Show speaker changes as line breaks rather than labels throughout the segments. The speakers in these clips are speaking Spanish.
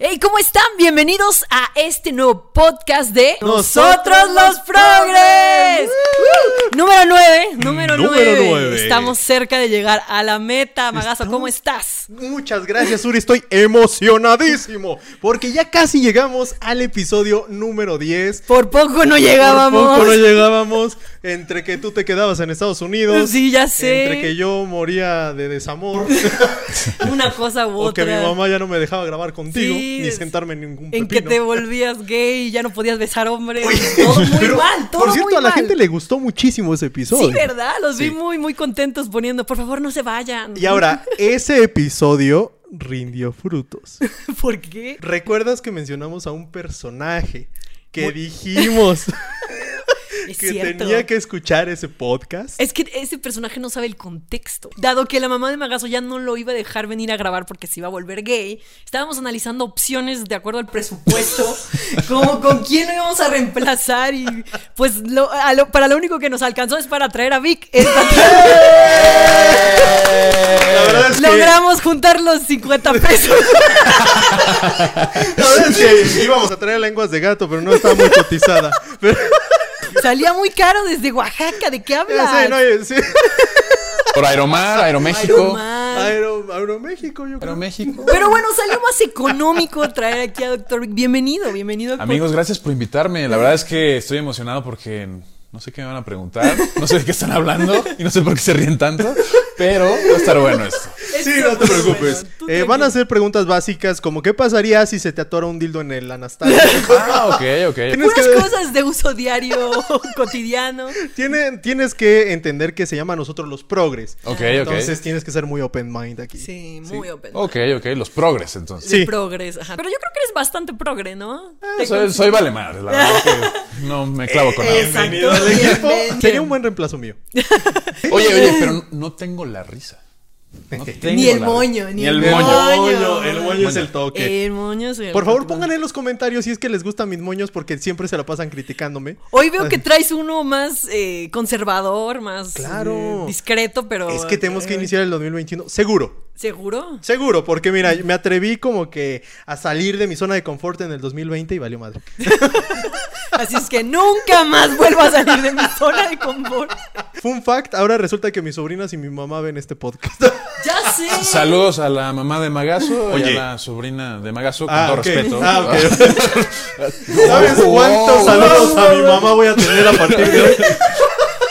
Hey, ¿cómo están? Bienvenidos a este nuevo podcast de
Nosotros los
Progres.
Progres.
Uh, número 9, número
Número
9.
nueve.
Estamos cerca de llegar a la meta. Magazo, ¿cómo estás?
Muchas gracias, Uri. Estoy emocionadísimo. Porque ya casi llegamos al episodio número 10.
Por poco no
Por
llegábamos.
poco no llegábamos. Entre que tú te quedabas en Estados Unidos.
Sí, ya sé.
Entre que yo moría de desamor.
Una cosa u
o que
otra.
mi mamá ya no me dejaba grabar contigo.
Sí,
ni
es-
sentarme en ningún
En
pepino.
que te volvías gay y ya no podías besar hombres. Todo muy
Pero,
mal, todo
Por cierto,
muy
a la
mal.
gente le gustó muchísimo ese episodio.
Sí, ¿verdad? Los vi
Sí.
muy, muy contentos poniendo, por favor, no se vayan.
Y ahora, ese episodio rindió frutos.
¿Por qué?
¿Recuerdas que mencionamos a un personaje que dijimos
Es
que
cierto. Eh,
tenía que escuchar ese podcast?
Es que ese personaje no sabe el contexto. Dado que la mamá de Magazo ya no lo iba a dejar venir a grabar porque se iba a volver gay, estábamos analizando opciones de acuerdo al presupuesto, como con quién lo íbamos a reemplazar y pues lo- a lo- para lo único que nos alcanzó es para traer a Vic. Es para-
La verdad es que,
Logramos juntar los 50 pesos.
la verdad es que íbamos a traer lenguas de gato, pero no estaba muy cotizada. Pero-
Salía muy caro desde Oaxaca, ¿de qué hablas?
sí, no, y- sí.
Por Aeromar,
Iron
Aeroméxico.
Man.
Aero- Aeroméxico, yo creo.
Aeroméxico.
Pero bueno, salió más económico traer aquí a Doctor Vic. Bienvenido, bienvenido. al
Amigos, gracias por invitarme. La verdad es que estoy emocionado porque no sé qué me van a preguntar, no sé de qué están hablando y no sé por qué se ríen tanto, pero va a estar bueno esto.
podcast.
Sí,
Esto
no
fue
te
bueno.
preocupes.
Tú
Eh, van
tranquilo.
a hacer preguntas básicas como ¿qué pasaría si se te atora un dildo en el Anastasio?
Ah, ok, ok.
Tienes
Puras
que-
cosas de uso diario, cotidiano.
Tiene- tienes que entender que se llama a nosotros los progres.
Ok,
Entonces
ok.
tienes que ser muy open mind aquí.
Sí, muy open.
Ok, ok, los progres entonces.
Oh, Sí.
Progres, ajá. Pero yo creo que eres bastante progre, ¿no?
Eh, Soy, soy vale madre, la verdad que no me clavo con nada.
Bienvenido al equipo. Sería un buen reemplazo mío.
Oye, oye, pero no tengo la risa. No tengo
Ni el
la-
moño, ni el
el moño.
moño.
El moño es el toque.
El moño soy el
Por favor,
otro.
pongan en los comentarios si es que les gustan mis moños porque siempre se la pasan criticándome.
Hoy veo que traes uno más eh, conservador, más
Claro.
eh, discreto, pero.
Es que tenemos que
eh,
iniciar el 2021. Seguro,
¿Seguro?
seguro, porque mira, me atreví como que a salir de mi zona de confort en el 2020 y valió madre.
Así es que nunca más vuelvo a salir de mi zona de confort.
Fun fact, ahora resulta que mis sobrinas y mi mamá ven este podcast.
Ya sé.
Saludos a la mamá de Magazo
Oye.
y a la sobrina de Magazo, con
Ah,
todo
ok.
respeto.
Ah, ok. ¿Sabes cuántos
Wow.
saludos a mi mamá voy a tener a partir de hoy?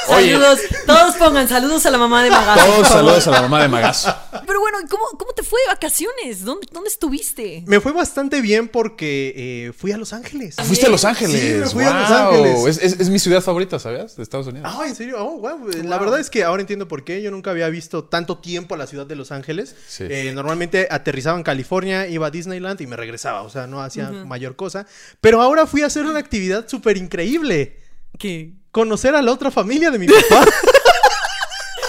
Oye.
Saludos. Todos pongan saludos a la mamá de Magazo. por
Todos
favor.
saludos a la mamá de Magazo.
Pero bueno, ¿cómo, cómo te fue de vacaciones? ¿Dónde, dónde estuviste?
Me fue bastante bien porque eh, fui a Los Ángeles.
Fuiste a Los Ángeles.
Sí, me fui a Los
Guau.
Ángeles.
Es, es- es mi ciudad favorita, ¿sabías? De Estados Unidos.
Ah, ¿en serio? Oh, wow. La verdad es que ahora entiendo por qué. Yo nunca había visto tanto tiempo a la ciudad de Los Ángeles.
Sí.
Eh, normalmente aterrizaba en California, iba a Disneyland y me regresaba. O sea, no hacía mayor cosa. Pero ahora fui a hacer una actividad súper increíble.
¿Qué?
Conocer a la otra familia de mi papá.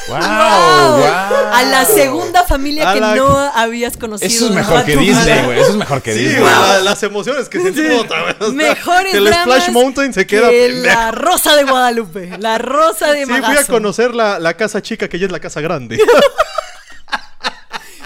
Wow,
¡Guau!
wow.
A la segunda familia
A
que
la-
no habías conocido.
Eso es
¿no?
mejor
A
que
tu
Disney,
madre.
güey. Eso es mejor que
Sí,
Disney.
güey, la- las emociones que se notan. güey. O sea,
Mejores
que El
dramas
Splash Mountain se
que
queda pendejo.
la rosa de Guadalupe, la rosa de
Sí, fui a
Magazo.
conocer la, la casa chica, que ya es la casa grande.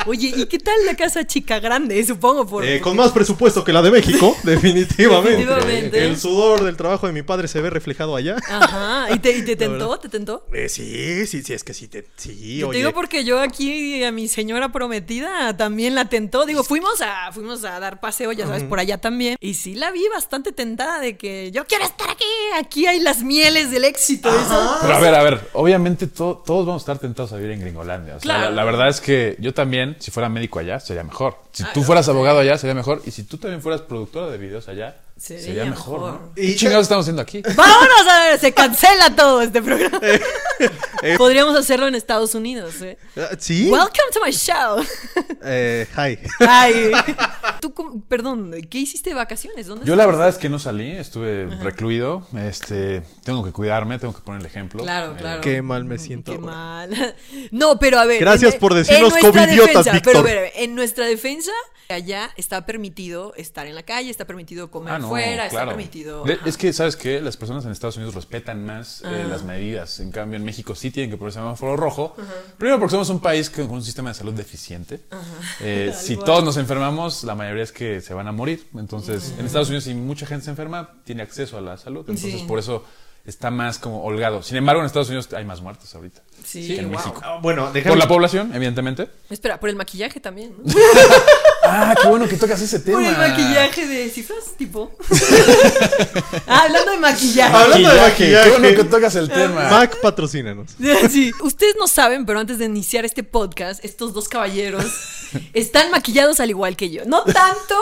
Oye, ¿y qué tal la casa chica grande? Supongo por
Eh, con más presupuesto que la de México, definitivamente.
Definitivamente.
El sudor del trabajo de mi padre se ve reflejado allá.
Ajá, ¿y te, y te tentó? ¿Te tentó?
Eh, sí, sí, sí, es que sí, te, sí,
Yo Te
oye.
digo porque yo aquí a mi señora prometida también la tentó. Digo, fuimos a, fuimos a dar paseo, ya sabes, por allá también. Y sí la vi bastante tentada de que yo quiero estar aquí. Aquí hay las mieles del éxito. eso.
Pero a ver, a ver, obviamente to- todos vamos a estar tentados a vivir en Gringolandia. O sea,
Claro.
la, la verdad es que yo también, si fuera médico allá, sería mejor.
Ah,
Si tú fueras abogado allá, sería mejor. Y si tú también fueras productora de videos allá,
Sería
sería, mejor.
mejor.
¿no?
Y-
¿Qué chingados estamos haciendo aquí?
Vámonos a ver, se cancela todo este programa.
Eh,
Podríamos hacerlo en Estados Unidos. ¿eh?
Ah, ¿Sí?
Welcome to my show.
Eh, hi.
Ay. Tú, cómo- perdón, ¿qué hiciste de vacaciones? ¿Dónde
Yo la verdad es que no salí, estuve recluido. Este, tengo que cuidarme, tengo que poner el ejemplo.
Claro,
Eh,
claro.
Qué mal me siento.
Qué
güey.
mal. No, pero a ver.
Gracias
en-
por
en
decirnos
nuestra
covidiotas,
defensa, Pero a
Víctor.
ver, en nuestra defensa, allá está permitido estar en la calle, está permitido comer
Ah, no,
fuera, está
claro.
permitido.
De-
ajá.
Es que, ¿sabes qué? Las personas en Estados Unidos respetan más eh, las medidas. En cambio, en México sí tienen que poner semáforo rojo. Primero, porque somos un país con con un sistema de salud deficiente. Eh,
Tal
si
cual.
todos nos enfermamos, la mayoría es que se van a morir. Entonces, en Estados Unidos, si mucha gente se enferma, tiene acceso a la salud. Entonces,
Sí.
por eso está más como holgado. Sin embargo, en Estados Unidos hay más muertes ahorita.
Sí,
que en
wow.
México.
Ah, Bueno,
Por
déjame.
la población, evidentemente.
Espera, por el maquillaje también, ¿no?
Ah, qué bueno que tocas ese tema.
Por el maquillaje de cifras, tipo. Ah, hablando de maquillaje.
Hablando de maquillaje.
Qué bueno que tocas el tema.
Mac, patrocínanos.
Sí. Ustedes no saben, pero antes de iniciar este podcast, estos dos caballeros están maquillados al igual que yo. No tanto.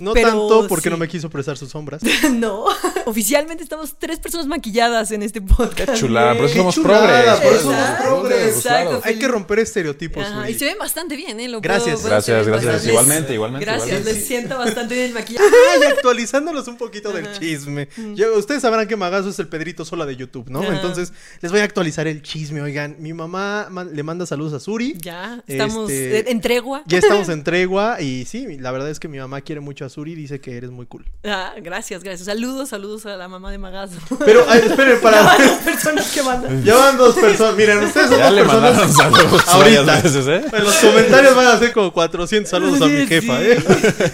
No
pero
tanto porque
sí.
no me quiso prestar sus sombras.
No. Oficialmente estamos tres personas maquilladas en este podcast.
Qué chulada, por eso
Qué
somos
chulada,
progres.
por
eso somos progres,
pues, claro.
exacto.
Hay que romper estereotipos.
Ajá,
Uri.
y se ven bastante bien, ¿eh? Lo
Gracias.
puedo- bueno, se ven
pues, Gracias, gracias.
bastante-
Igualmente, igualmente,
Gracias,
igualmente.
les siento bastante bien el maquillaje.
Ay, actualizándonos un poquito del chisme. Yo- ustedes sabrán que Magazo es el Pedrito Sola de YouTube, ¿no?
Mm. Ajá.
Entonces, les voy a actualizar el chisme. Oigan, mi mamá man- le manda saludos a Suri.
Ya, estamos
Este,
eh, en tregua.
Ya estamos en tregua y sí, la verdad es que mi mamá quiere mucho a Suri, dice que eres muy cool.
Ah, gracias, gracias. Saludos, saludos a la mamá de Magazo.
Pero, ay, esperen, para...
las personas que mandan.
Ya van dos personas, miren, ustedes son
Ya
dos
le
personas.
mandaron saludos
Ahorita.
varias veces, ¿eh?
En los comentarios van a ser como 400 saludos a mi
Sí,
jefa,
sí.
¿eh?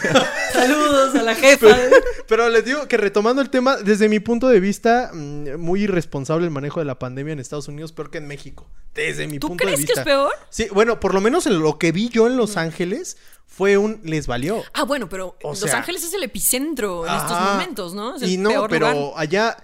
Saludos a la jefa.
Pero les digo que retomando el tema, desde mi punto de vista, mm, muy irresponsable el manejo de la pandemia en Estados Unidos, peor que en México. Desde mi
¿Tú
punto de
crees que
vista.
es peor?
Sí, bueno, por lo menos en lo que vi yo en Los Ángeles fue un les valió.
Ah, bueno, pero
O
Los
sea-
Ángeles es el epicentro en estos
Ajá.
momentos, ¿no? Es el
y no,
peor
pero
lugar.
allá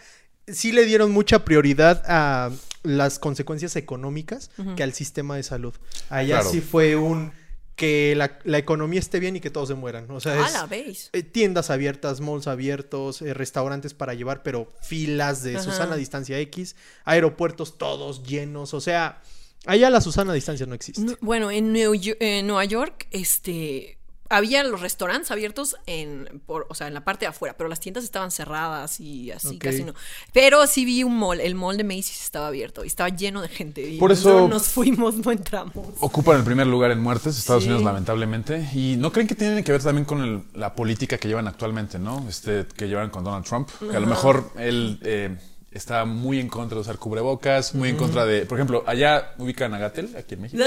sí le dieron mucha prioridad a las consecuencias económicas que al sistema de salud. Allá
Claro.
sí fue un que la, la economía esté bien y que todos se mueran. O sea,
Ah,
es,
la veis.
eh, tiendas abiertas, malls abiertos, eh, restaurantes para llevar, pero filas de
Ajá.
Susana Distancia X, aeropuertos todos llenos, o sea, allá la Susana Distancia no existe.
No, bueno, en Nueva, Yo- en Nueva York, este. Había los restaurantes abiertos en, por, o sea, en la parte de afuera, pero las tiendas estaban cerradas y así
Ok.
casi no. Pero sí vi un mall, el mall de Macy's estaba abierto y estaba lleno de gente. y
Por eso-
no nos fuimos, no entramos.
Ocupan el primer lugar en muertes, Estados
Sí.
Unidos, lamentablemente. Y no creen que tienen que ver también con el- la política que llevan actualmente, ¿no? Este, que llevan con Donald Trump. Que a lo mejor él eh, está muy en contra de usar cubrebocas, muy en contra de. Por ejemplo, allá ubican a Gatel, aquí en México.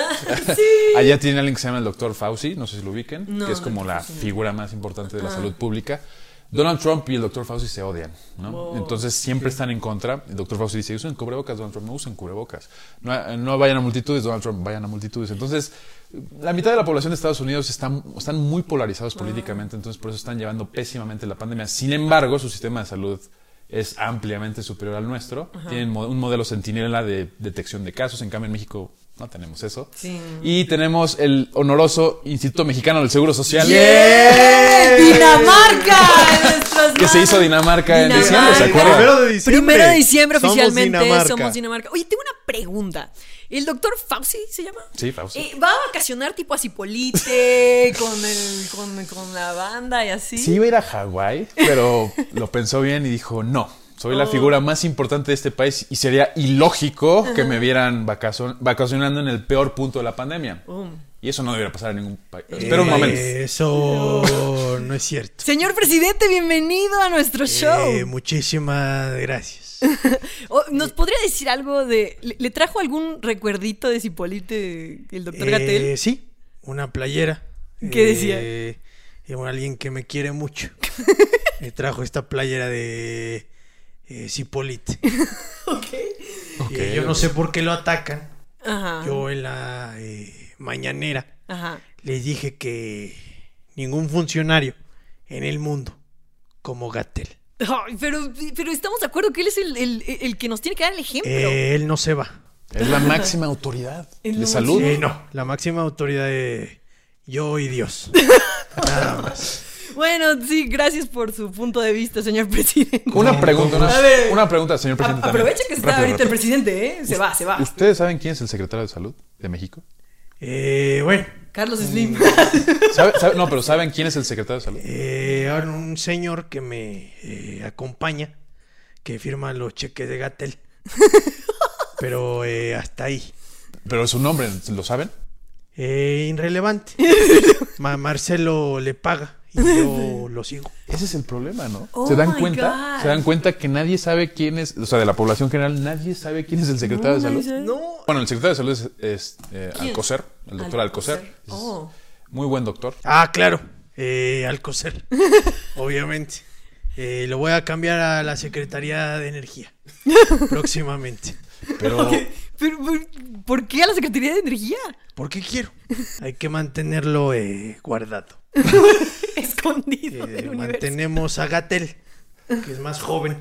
sí.
Allá tiene alguien que se llama el doctor Fauci, no sé si lo ubiquen,
No,
que es como
doctor
la figura más importante de la salud pública. Donald Trump y el doctor Fauci se odian, ¿no? Entonces siempre están en contra. El doctor Fauci dice, usen cubrebocas, Donald Trump, no usen cubrebocas. No, eh, no vayan a multitudes, Donald Trump, vayan a multitudes. Entonces, la mitad de la población de Estados Unidos están, están muy polarizados políticamente, entonces por eso están llevando pésimamente la pandemia. Sin embargo, su sistema de salud es ampliamente superior al nuestro. Tienen mo- un modelo centinela de detección de casos. En cambio, en México no tenemos eso.
Sí.
Y tenemos el honoroso Instituto Mexicano del Seguro Social.
¡Bien! ¡Dinamarca! En nuestras
Que se
manos.
hizo Dinamarca en
Dinamarca.
diciembre, ¿se acuerdan?
Primero de diciembre.
Primero de diciembre
Somos
oficialmente
Dinamarca.
somos Dinamarca. Oye, tengo una pregunta. ¿El doctor Fauci se llama?
Sí, Fauci.
Eh, ¿Va a vacacionar tipo a Cipolite con, el, con, con la banda y así?
Sí iba a ir a Hawái, pero lo pensó bien y dijo, no, soy
Oh.
la figura más importante de este país y sería ilógico que me vieran vacacion- vacacionando en el peor punto de la pandemia. Y eso no debería pasar en ningún
Eh.
país. Espera un momento.
Eso no es cierto.
Señor presidente, bienvenido a nuestro show.
Eh, muchísimas gracias.
O- ¿Nos podría decir algo de. ¿Le, le trajo algún recuerdito de Cipolite el doctor
Eh,
Gatel?
sí, una playera.
¿Qué decía?
Eh, y un- alguien que me quiere mucho. Me trajo esta playera de eh, Cipolite.
Ok,
Eh, yo no sé por qué lo atacan.
Ajá.
Yo en la eh, mañanera
Ajá.
les dije que ningún funcionario en el mundo como Gatel.
Ay, pero, pero estamos de acuerdo que él es el, el- el que nos tiene que dar el ejemplo.
Eh, él no se va.
Es la máxima autoridad
Es
de
lo
salud.
Eh, no, la máxima autoridad de yo y Dios. Nada más.
Bueno, sí, gracias por su punto de vista, señor presidente.
Una pregunta,
A
una,
ver.
una pregunta, señor
A-
presidente. también.
aprovecha que está
Rápido,
ahorita el
rápido.
presidente, ¿eh? Se va, se va.
¿Ustedes saben quién es el secretario de salud de México?
Eh, bueno,
Carlos Slim.
¿Sabe- sabe- no, pero ¿saben quién es el secretario de salud?
eh, ahora un señor que me eh, acompaña, que firma los cheques de Gatel. Pero eh, hasta ahí.
Pero su nombre, ¿lo saben?
eh, irrelevante. Ma- Marcelo le paga y yo lo sigo.
Ese es el problema, ¿no?
Oh
se dan
my
cuenta,
God.
se dan cuenta que nadie sabe quién es, o sea, de la población general, nadie sabe quién es el secretario de salud.
No,
Bueno, el secretario de salud es, es, eh,
¿Quién?
Alcocer, el doctor Alcocer.
Alcocer.
Es
Oh.
Muy buen doctor.
Ah, claro. Eh, Alcocer, obviamente. Eh, lo voy a cambiar a la Secretaría de Energía próximamente.
Pero
Pero, pero, ¿por qué a la Secretaría de Energía?
Porque quiero. Hay que mantenerlo eh, guardado.
Escondido
Eh,
del universo.
mantenemos a Gatel, que es más joven,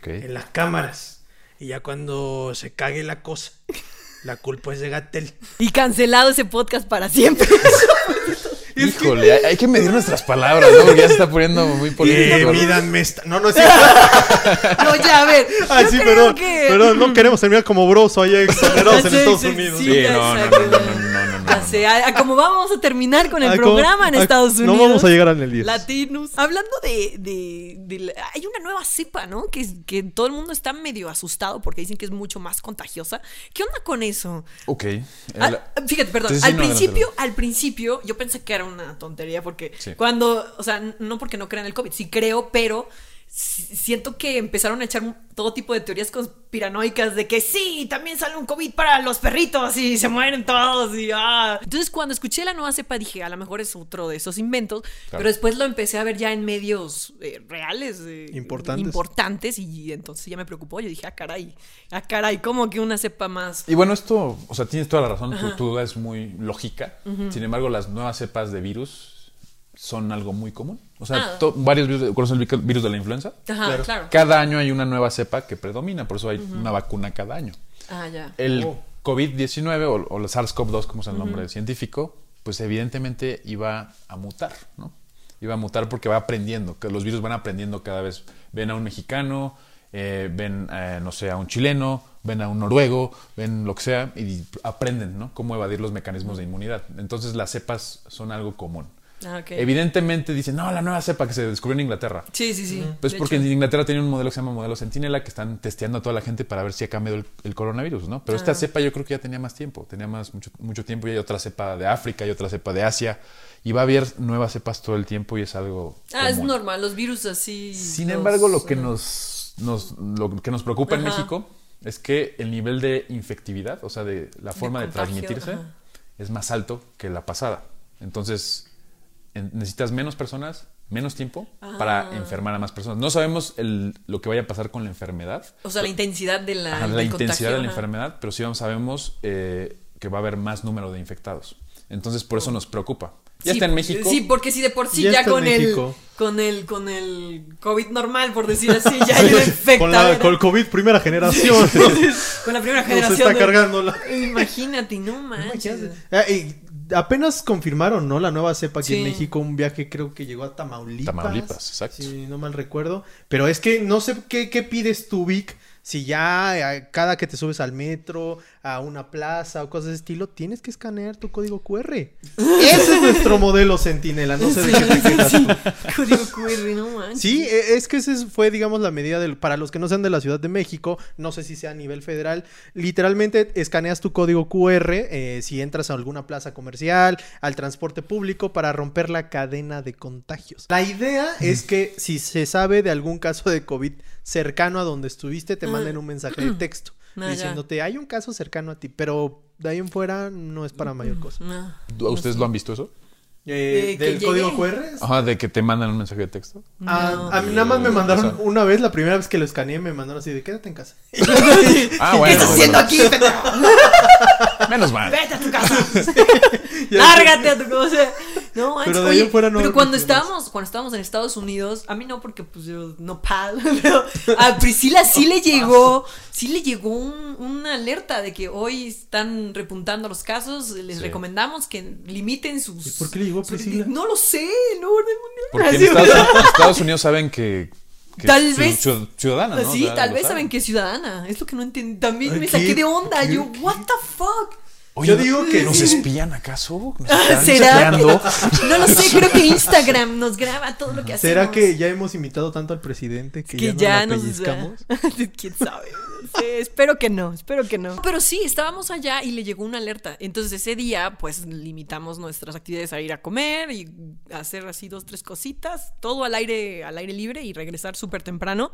Ok.
en las cámaras. Y ya cuando se cague la cosa, la culpa es de Gatel.
Y cancelado ese podcast para siempre.
Híjole, hay, hay que medir nuestras palabras, ¿no? Porque ya se está poniendo muy
Eh,
político.
mídanme esta. No, no es cierto.
no, ya, a ver.
Ah,
yo
sí,
creo
perdón.
que-
Perdón, no queremos terminar como broso allá exagerados en
Sí,
Estados
sí,
Unidos.
sí,
Sí,
ya,
no, no,
exacto.
no, no, no, no, no, no.
Ya sé, a- a como vamos a terminar con el
Ah, ¿cómo?
programa en
Ah,
Estados Unidos.
No vamos a llegar al 10.
Latinos. Hablando de, de- de la- Hay una nueva cepa, ¿no? Que, que todo el mundo está medio asustado porque dicen que es mucho más contagiosa. ¿Qué onda con eso?
Ok. El-
Al- Ah, fíjate, perdón,
Sí, sí,
al
no,
principio,
adelante,
al principio yo pensé que era una tontería porque
Sí.
cuando, o sea, n- no porque no crean el COVID, sí creo, pero si- siento que empezaron a echar todo tipo de teorías conspiranoicas de que sí, también sale un COVID para los perritos y se mueren todos y ah. Entonces cuando escuché la nueva cepa dije, a lo mejor es otro de esos inventos, pero después lo empecé a ver ya en medios eh, reales. eh,
Importantes.
Importantes y entonces ya me preocupó, yo dije, ah, caray, ah, caray, como que una cepa más...
Y bueno, esto, o sea, tienes toda la razón, tu, tu duda es muy lógica. Sin embargo, las nuevas cepas de virus son algo muy común. O sea,
Ah.
to- varios virus, ¿conoces el vi- virus de la influenza?
Ajá, claro.
Cada año hay una nueva cepa que predomina, por eso hay una vacuna cada año.
Ah, ya.
El
Oh.
COVID-19 o, o el SARS-CoV-2, como es el nombre científico, pues evidentemente iba a mutar, ¿no? Iba a mutar porque va aprendiendo, que los virus van aprendiendo cada vez. Ven a un mexicano, eh, ven, eh, no sé, a un chileno, ven a un noruego, ven lo que sea, y aprenden, ¿no? Cómo evadir los mecanismos de inmunidad. Entonces las cepas son algo común.
Ah, ok.
Evidentemente dicen, no, la nueva cepa que se descubrió en Inglaterra.
Sí, sí, sí.
Pues
De
porque
hecho.
en Inglaterra tienen un modelo que se llama modelo Centinela, que están testeando a toda la gente para ver si ha cambiado el, el coronavirus, ¿no? Pero
Ah.
esta cepa yo creo que ya tenía más tiempo, tenía más mucho, mucho tiempo y hay otra cepa de África y otra cepa de Asia y va a haber nuevas cepas todo el tiempo y es algo...
Ah, es
común.
normal, los virus así.
Sin
los- eh,
embargo, lo que nos, nos- lo que nos preocupa en
Ajá.
México es que el nivel de infectividad, o sea, de la forma de,
contagio,
transmitirse,
ajá.
es más alto que la pasada. Entonces, en- necesitas menos personas, menos tiempo
Ah.
para enfermar a más personas. No sabemos el- lo que vaya a pasar con la enfermedad,
O sea, la intensidad de la.
ajá, la
del
intensidad
contagio,
de la
ajá.
enfermedad, pero sí vamos, sabemos eh, que va a haber más número de infectados. Entonces, por eso nos preocupa. Ya
Oh. Sí, pues,
está en México.
Sí, porque si de por sí
Ya
ya,
está en
con el,
México.
con el. Con el COVID normal, por decir así, ya hay una infecta.
Con, la,
¿verdad?
con el COVID primera generación. ¿no?
Con la primera
Nos
generación.
está
de-
cargando la-
Imagínate, no manches.
Ah, y apenas confirmaron, ¿no? La nueva cepa aquí en
Sí.
México, un viaje creo que llegó a Tamaulipas.
Tamaulipas, exacto.
Si no mal recuerdo. Pero es que no sé qué, qué pides tú, Vic. Si ya eh, cada que te subes al metro, a una plaza o cosas de estilo, tienes que escanear tu código QR. Ese es nuestro modelo centinela, no sé de qué te quejas tú.
Código QR, no manches.
Sí, e- es que esa es- fue, digamos, la medida del, para los que no sean de la Ciudad de México, no sé si sea a nivel federal, literalmente escaneas tu código QR eh, si entras a alguna plaza comercial, al transporte público, para romper la cadena de contagios. La idea es que si se sabe de algún caso de COVID cercano a donde estuviste, te manden un mensaje de texto
Mm. Ah, ya.
diciéndote, hay un caso cercano a ti, pero de ahí en fuera no es
Mm.
para mayor cosa.
No.
¿Tú- ¿Ustedes lo han visto eso?
Eh, que
¿Del código
llegué.
QR?
Ajá, de que te mandan un mensaje de texto.
Ah, a mí nada más me mandaron una vez, la primera vez que lo escaneé, me mandaron así de quédate en casa.
Ah,
¿Qué
bueno.
estás haciendo aquí? pendejo?
Menos mal.
Vete a tu casa. Lárgate a tu cosa. No, manches.
Pero de ahí
Oye,
en fuera no
pero cuando
recogí más.
estábamos, cuando estábamos en Estados Unidos, a mí no porque pues yo no pal, pero a Priscila sí le llegó, sí le llegó un- una alerta de que hoy están repuntando los casos, les
Sí.
recomendamos que limiten sus
¿Y por qué le llegó a
sus-
Priscila?
No lo sé, no no, no,
Porque en
así,
Estados, en Estados Unidos saben que. que
Tal
ciu-
vez-
ciu- Ciudadana, ¿no?
Sí,
Ya
tal
lo
vez saben que es ciudadana, es lo que no entendí. También
Ay,
me
¿qué?
saqué de onda,
¿Qué?
yo
¿Qué?
what the fuck?
Oye,
Yo digo que
¿Nos
sí.
espían acaso? ¿Nos están
¿Será?
espiando?
No lo sé, creo que Instagram nos graba todo lo que hacemos.
¿Será que ya hemos imitado tanto al presidente que,
que
ya,
ya
no la
nos
pellizcamos?
quién sabe No sé, espero que no espero que no pero sí estábamos allá y le llegó una alerta entonces ese día pues limitamos nuestras actividades a ir a comer y hacer así dos tres cositas todo al aire al aire libre y regresar súper temprano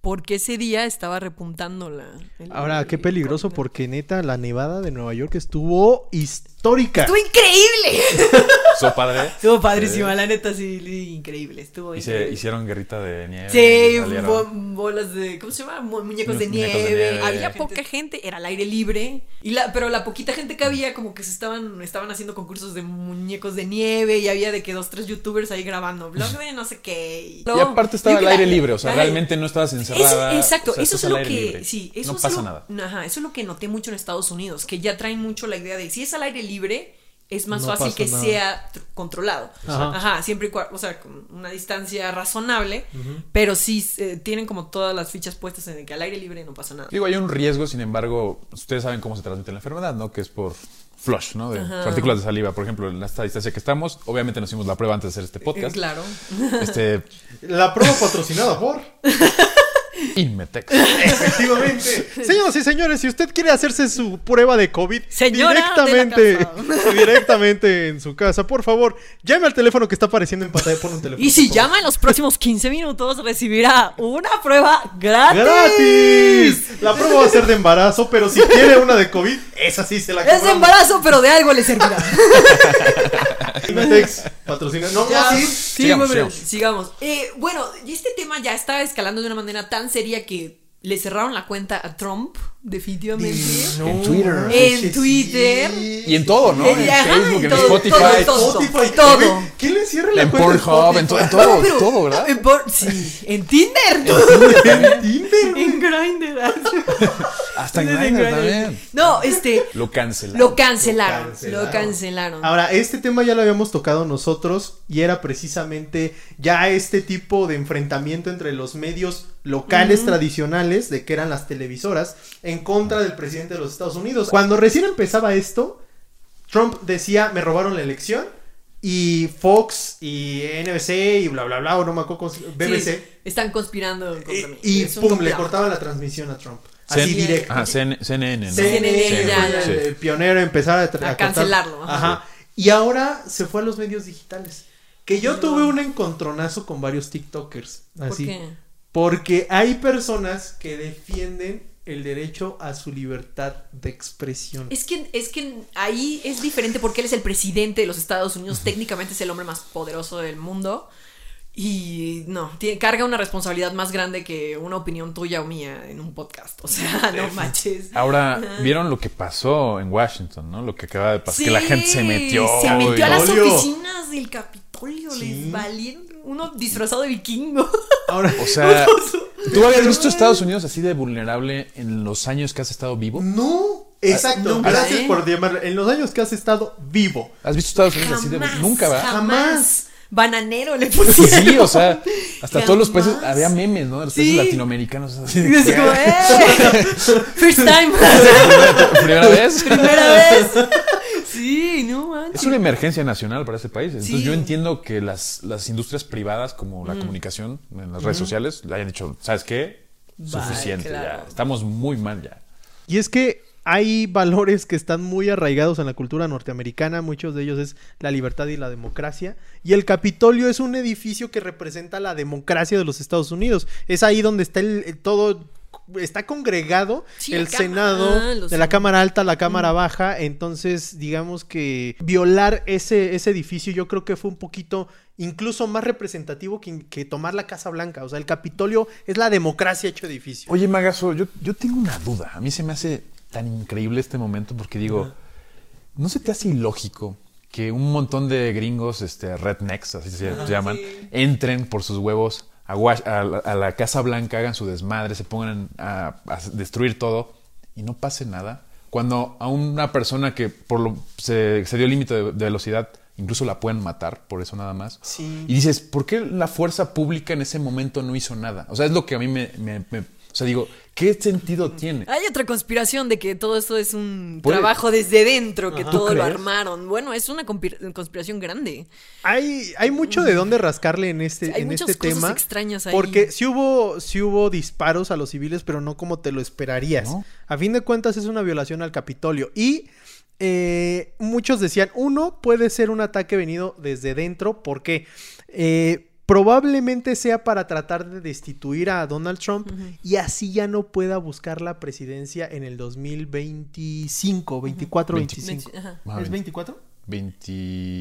porque ese día estaba repuntando la el-
Ahora, qué
el
peligroso
COVID.
porque neta la nevada de Nueva York estuvo histórica.
estuvo increíble
So padre.
estuvo padrísima la neta sí increíble estuvo
Y se
increíble.
hicieron guerrita de nieve.
Sí,
salieron.
bo- bolas de. ¿Cómo se llama? Mu- Muñecos de,
Mu-
nieve.
muñecos de nieve.
Había
Gente-
poca gente, era al aire libre. Y la, pero la poquita gente que había, como que se estaban, estaban haciendo concursos de muñecos de nieve. Y había de que dos, tres youtubers ahí grabando. Blog de no sé qué. Y,
Y aparte estaba al
Digo que
aire
la-
libre, o sea,
la-
realmente no estabas encerrada.
eso- exacto,
o sea,
eso es
estás al
lo que.
aire libre.
Sí, eso
no
es
pasa
lo-
nada.
Ajá, eso es lo que noté mucho en Estados Unidos, que ya traen mucho la idea de si es al aire libre, es más
No
fácil
pasa
que
nada.
sea tr- controlado.
Ajá.
Ajá. siempre y cua- o sea, con una distancia razonable, pero sí eh, tienen como todas las fichas puestas en el que al aire libre no pasa nada.
Digo, hay un riesgo, sin embargo, ustedes saben cómo se transmite la enfermedad, ¿no? Que es por flush, ¿no? De partículas de saliva, por ejemplo, en esta distancia que estamos, obviamente nos hicimos la prueba antes de hacer este
Eh,
podcast.
Claro.
Este
La prueba patrocinada por.
Inmetex.
Efectivamente. Señoras y señores, si usted quiere hacerse su prueba de COVID
Señora de
directamente,
la
directamente en su casa, por favor, llame al teléfono que está apareciendo en pantalla. Pon un
Este
teléfono.
Y si
por favor.
llama en los próximos 15 minutos, recibirá una prueba gratis.
¡Gratis! La prueba va a ser de embarazo, pero si quiere una de COVID, esa sí se la
Es de
cobramos.
embarazo, pero de algo le servirá.
Imatex, patrocina. No,
Ya,
no, sí.
sí,
Sigamos,
bueno,
sigamos.
sigamos. Eh, bueno, y este tema ya estaba escalando de una manera tan seria que le cerraron la cuenta a Trump, definitivamente.
No,
En Twitter.
manches,
En Twitter.
sí.
Y en todo, ¿no?
Eh,
En
ajá,
Facebook,
en
en
todo, todo,
Spotify,
todo.
Spotify,
todo.
¿qué- ¿Quién le cierra la
en
cuenta de
Pornhub, en to- en
Spotify?
todo, todo, ¿verdad?
En por- sí, en Tinder.
En Tinder.
en Grindr.
Hasta en Grindr también.
No, este,
Lo cancelaron.
lo cancelaron,
cancelaron.
lo cancelaron.
Ahora, este tema ya lo habíamos tocado nosotros y era precisamente ya este tipo de enfrentamiento entre los medios locales tradicionales, de que eran las televisoras, en contra del presidente de los Estados Unidos. Cuando recién empezaba esto, Trump decía, me robaron la elección. Y Fox y NBC y bla bla bla, o no me acuerdo, cómo se-
Sí,
BBC.
están conspirando contra mí.
Y, y
Es un
pum, le
complot.
cortaban la transmisión a Trump.
Cen-
Así directo.
Ajá, CN CNN, Ah, ¿no?
CNN,
Sí,
ya,
sí.
ya.
fue el pionero en empezar a, tra-
A
cortar.
cancelarlo,
Ajá.
ajá.
Y ahora se fue a los medios digitales. Que yo tuve un encontronazo con varios TikTokers.
¿Por
Así.
qué?
Porque hay personas que defienden el derecho a su libertad de expresión.
Es que, es que ahí es diferente porque él es el presidente de los Estados Unidos, técnicamente es el hombre más poderoso del mundo. Y no, tiene, carga una responsabilidad más grande que una opinión tuya o mía en un podcast. O sea, no manches.
Ahora, vieron lo que pasó en Washington, ¿no? Lo que acaba de pasar,
Sí,
que la gente se metió.
Se
y-
metió a las
Capitolio.
oficinas del Capitolio,
Sí.
les valieron uno disfrazado de vikingo.
Ahora,
O sea, ¿tú habías visto Estados Unidos así de vulnerable en los años que has estado vivo?
no. Exacto.
nunca,
Gracias
¿eh?
por llamarlo. En los años que has estado vivo.
¿Has visto Estados Unidos Pues así de
Jamás,
Nunca, ¿verdad?
Jamás.
Jamás. Bananero le pusieron.
Sí, o sea, hasta todos los países
Jamás.
había memes, ¿no? De los
Sí.
países latinoamericanos. Así
Y así
de,
como, ¡eh! First time.
¿Primera vez?
Primera vez. Sí, no manches.
Es una emergencia nacional para ese país. Entonces
Sí. Mm.
yo entiendo que las, las industrias privadas como la comunicación en las redes sociales le hayan dicho, ¿sabes qué? Suficiente
claro.
ya. Estamos muy mal ya.
Y es que hay valores que están muy arraigados en la cultura norteamericana, muchos de ellos es la libertad y la democracia, y el Capitolio es un edificio que representa la democracia de los Estados Unidos. Es ahí donde está el, el todo está congregado
Sí,
el
la cámara,
Senado
los
de la Cámara Alta, la Cámara Baja, entonces digamos que violar ese ese edificio yo creo que fue un poquito incluso más representativo que, que tomar la Casa Blanca, o sea, el Capitolio es la democracia hecho edificio.
Oye, Magazo, yo, yo tengo una duda. A mí se me hace tan increíble este momento porque digo, ¿no se te hace ilógico que un montón de gringos, este, rednecks, así se llaman, entren por sus huevos a, Wash- a la, a la Casa Blanca, hagan su desmadre, se pongan a, a destruir todo y no pase nada? Cuando a una persona que por lo, se, se dio límite de, de velocidad, incluso la pueden matar, por eso nada más.
Sí.
Y dices, ¿por qué la fuerza pública en ese momento no hizo nada? O sea, es lo que a mí me... me- me- o sea, digo, ¿Qué sentido tiene?
Hay otra conspiración de que todo esto es un
Puede-
trabajo desde dentro, que
Ajá.
todo
¿Tú
lo
crees?
armaron. Bueno, es una compir- conspiración grande.
Hay, hay mucho de dónde rascarle en este,
Hay
en
muchas
este
cosas
tema.
extrañas ahí.
Porque sí hubo, sí hubo disparos a los civiles, pero no como te lo esperarías.
¿No?
A fin de cuentas es una violación al Capitolio. Y eh, muchos decían, uno puede ser un ataque venido desde dentro, porque eh, probablemente sea para tratar de destituir a Donald Trump y así ya no pueda buscar la presidencia en el 2025, 24, 25.
Ajá.
Ajá,
¿Es
20,
24?
20,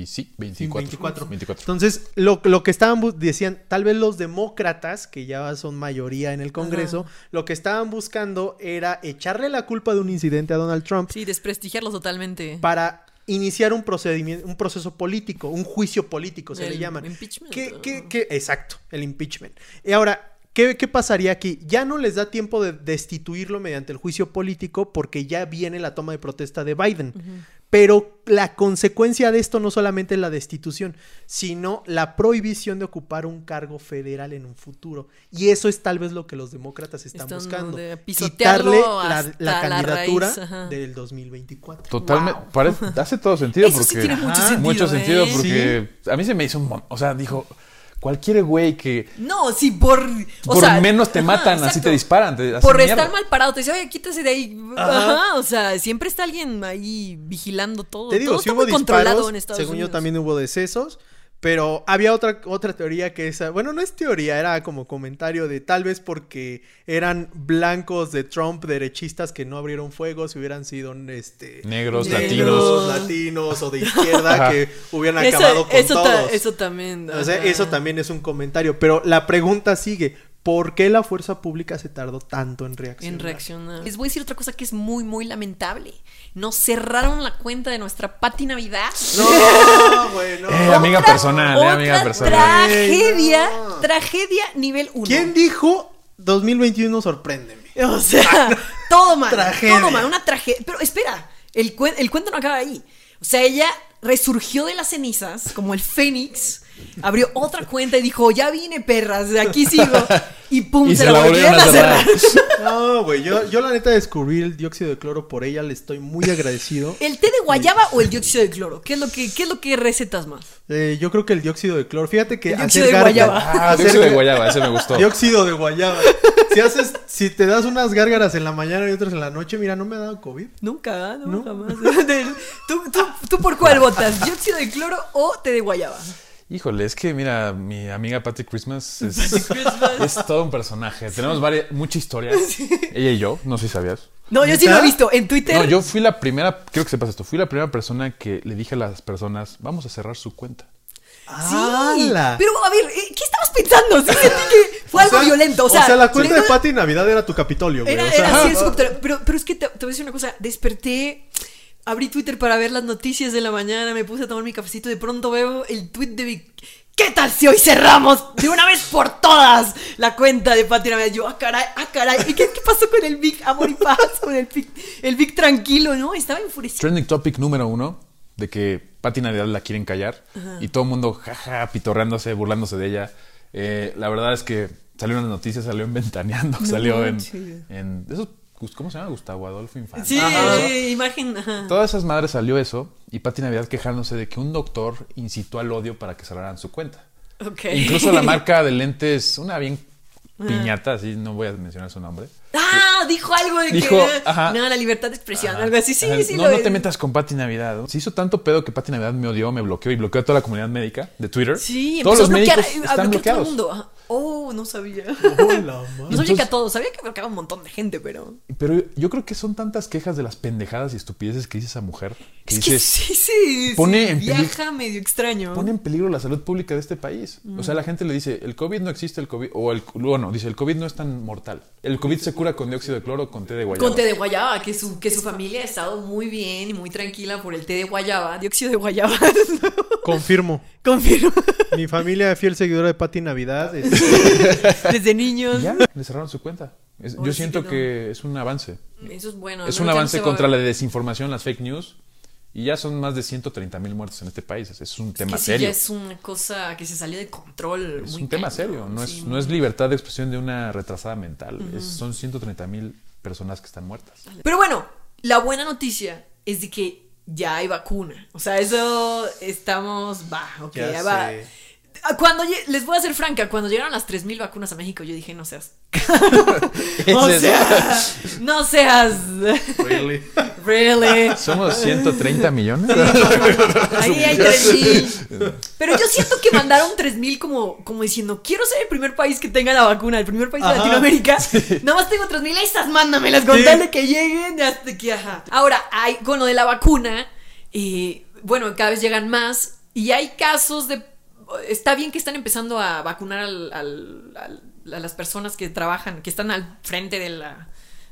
sí, 24.
24.
24.
Entonces, lo, lo que estaban bu- decían, tal vez los demócratas, que ya son mayoría en el Congreso, lo que estaban buscando era echarle la culpa de un incidente a Donald Trump
Sí, desprestigiarlo totalmente.
para iniciar un procedimiento, un proceso político, un juicio político, se le
El
llaman.
impeachment,
¿Qué-
¿o?
qué- qué- Exacto, el impeachment. Y ahora, ¿qué, qué pasaría aquí? Ya no les da tiempo de destituirlo mediante el juicio político porque ya viene la toma de protesta de Biden. Pero la consecuencia de esto no solamente es la destitución, sino la prohibición de ocupar un cargo federal en un futuro. Y eso es tal vez lo que los demócratas están,
Están
buscando.
de pisotearlo
Quitarle la,
hasta
la
la
candidatura
raíz, ajá.
del 2024.
Totalmente.
Wow.
parece- hace todo sentido
Eso sí
porque.
tiene mucho
Ajá.
sentido,
Mucho sentido
¿eh?
porque a mí se me hizo un. mon- O sea, dijo. Cualquier güey que.
No, sí, por. o
por
sea,
menos te
ajá,
matan,
exacto.
así te disparan. te hacen
Por
mierda.
estar mal parado, te dice, oye, quítese de ahí. Ajá. o sea, siempre está alguien ahí vigilando todo.
Te digo,
Pues todo
si
está
hubo
muy controlado
disparos,
en Estados
según
Unidos.
yo también hubo decesos, pero había otra, otra teoría que esa, bueno, no es teoría, era como comentario de tal vez porque eran blancos de Trump, derechistas que no abrieron fuego, si hubieran sido este
Negros,
Negros.
latinos.
latinos o de izquierda
Ajá.
que hubieran
Eso-
acabado con
eso ta-
todos.
eso también.
O sea,
ajá.
eso también es un comentario, pero la pregunta sigue, ¿por qué la fuerza pública se tardó tanto en reaccionar?
En reaccionar. Les voy a decir otra cosa que es muy, muy lamentable. Nos cerraron la cuenta de nuestra Pati Navidad.
No, bueno.
Eh, amiga personal, eh,
Otra
amiga personal.
Tragedia,
Ey, no.
tragedia nivel 1.
¿Quién dijo 2021 sorpréndeme?
O sea, todo mal.
Tragedia.
Todo mal, una tragedia. Pero espera, el, cuen- el cuento no acaba ahí. O sea, ella resurgió de las cenizas, como el fénix, abrió otra cuenta y dijo, ya vine, perras, de aquí sigo. Y pum,
Y
se, la volvieron a cerrar.
No, güey, yo, yo la neta descubrí el dióxido de cloro por ella, le estoy muy agradecido.
¿El té de guayaba o el dióxido de cloro? ¿Qué es lo que, qué es lo que recetas más?
Eh, yo creo que el dióxido de cloro, fíjate que
El dióxido
hacer
de
gárgaras-
guayaba.
Ah,
Ah,
hacer-
dióxido de guayaba, ese me gustó.
Dióxido de guayaba. Si haces, si te das unas gárgaras en la mañana y otras en la noche, mira, no me ha dado COVID.
Nunca, ¿ah? no,
No.
jamás. ¿Tú, tú, tú por cuál votas? ¿Dióxido de cloro o té de guayaba?
Híjole, es que mira, mi amiga Patty Christmas es, es todo un personaje. Tenemos varias, mucha historia. Ella y yo, no sé si sabías.
No, yo sí
¿Neta?
lo he visto en Twitter.
No, yo fui la primera, quiero que sepas esto, fui la primera persona que le dije a las personas, vamos a cerrar su cuenta.
Sí,
¡Hala!
pero a ver, ¿eh? ¿qué estabas pensando? Sí sentí que fue algo violento. O sea,
la cuenta de
sí, no-
Pati Navidad era tu Capitolio, güey.
Era,
o sea,
era así el
no.
subterráneo. pero, pero es que te, te voy a decir una cosa. Desperté, abrí Twitter para ver las noticias de la mañana, me puse a tomar mi cafecito y de pronto veo el tweet de Vic- ¿Qué tal si hoy cerramos de una vez por todas la cuenta de Pati Navidad? Yo, ah, caray, ah, caray. ¿Y qué, qué pasó con el Vic Amor y Paz? Con el Vic, el Vic tranquilo, ¿no? Estaba enfurecido.
Trending topic número uno, de que Patty Navidad la quieren callar y todo el mundo jaja, pitorreándose, burlándose de ella. Eh, la verdad es que salió en las noticias, salió en Ventaneando, salió en,
manches.
en... esos- ¿Cómo se llama? Gustavo Adolfo Infante.
Sí,
Todo eso.
eh, imagen. ajá.
Todas esas madres salió eso y Pati Navidad quejándose de que un doctor incitó al odio para que cerraran su cuenta.
Ok.
Incluso la marca de lentes, una bien piñata, así no voy a mencionar su nombre.
Ah, dijo algo de
Dijo,
que
ajá.
no, la libertad de expresión, algo así. Sí,
Ah, Ajá,
sí,
no,
lo
no
es.
te metas con Pati Navidad. ¿no? Se hizo tanto pedo que Pati Navidad me odió, me bloqueó y bloqueó a toda la comunidad médica de Twitter.
Sí,
todos
empezó
los
a bloquear,
médicos
a
están
bloquear a
bloqueados.
todo el mundo. Ajá. Oh, no sabía.
Hola, ma.
No sabía que
Entonces-
a todos, sabía que bloqueaba un montón de gente, pero.
Pero yo creo que son tantas quejas de las pendejadas y estupideces que dice esa mujer. Que
Es que
dices,
sí, sí.
pone
sí,
en peli-
viaja medio extraño.
pone en peligro la salud pública de este país. O sea, la gente le dice, el COVID no existe, el COVID, o el, bueno, dice, el COVID no es tan mortal. El COVID se cura con dióxido de cloro, con té de guayaba.
Con té de guayaba, que su, que su familia ha estado muy bien y muy tranquila por el té de guayaba, dióxido de guayaba.
Confirmo.
Confirmo.
Mi familia fiel seguidora de Pati Navidad. este,
Desde
Y
niños.
ya, le cerraron su cuenta. Es- yo
Pobrecito.
siento que es un avance.
Eso es bueno.
es
al menos
un
ya no
avance
se va a
contra
ver.
la desinformación, las fake news. Y ya son más de 130 mil muertos en este país. Es un tema
que sí,
serio.
ya es una cosa que se salió de control.
Es
muy
un tema
cañón,
serio, no,
sí,
es, no es libertad de expresión de una retrasada mental. Es- son 130 mil personas que están muertas.
Pero bueno, la buena noticia es de que ya hay vacuna. O sea, eso estamos, va, ok,
Ya
ya, va.
sé.
Ah, Cuando lle- les voy a ser franca, cuando llegaron las 3000 vacunas a México, yo dije, no seas. o
Ese-
sea, no seas.
Really.
really.
Somos 130 millones.
Ahí hay 3000. Pero yo siento que mandaron 3000 como, como diciendo, quiero ser el primer país que tenga la vacuna, el primer país de
Ajá.
Latinoamérica. Nada más tengo 3000, estas mándamelas con
Sí.
tal de que lleguen hasta que, ajá. Ahora, hay, con lo de la vacuna, eh, bueno, cada vez llegan más y hay casos de... Está bien que están empezando a vacunar al- al- al- a las personas que trabajan, que están al frente de la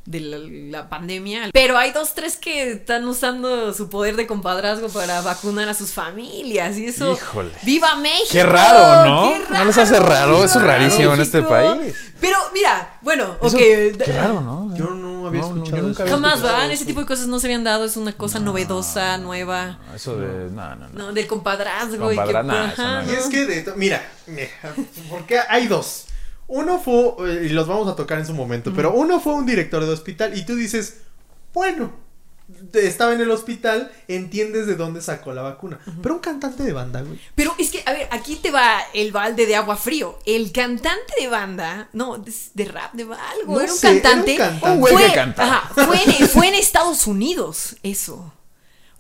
de la, la pandemia. Pero hay dos, tres que están usando su poder de compadrazgo para vacunar a sus familias. Y eso.
Híjole.
¡Viva México!
Qué raro, ¿no?
¡Qué
¿No les hace raro? Eso es
¡Viva
rarísimo en este
México!
país.
Pero mira, bueno, ok.
Eso-
d-
qué raro, ¿no?
Yo no había escuchado
yo nunca
eso.
había
Jamás
escuchado
van,
eso.
ese tipo de cosas no se habían dado, es una cosa novedosa, nueva,
Eso de. No, no, no.
¿no? Del compadrazgo y que.
Compadra- nah, eso
ajá,
no
Y es que, de to- mira, mira, porque hay dos. Uno fue, eh, y los vamos a tocar en su momento, pero uno fue un director de hospital y tú dices, bueno, de- estaba en el hospital, entiendes de dónde sacó la vacuna. Pero un cantante de banda, güey.
Pero es que, a ver, aquí te va el balde de agua frío. El cantante de banda, no, de, de rap, de algo,
No
era un
sé, era un
cantante.
cantante.
Un güey que
Fue-
cantaba.
ajá, fue, en, fue en Estados Unidos, eso.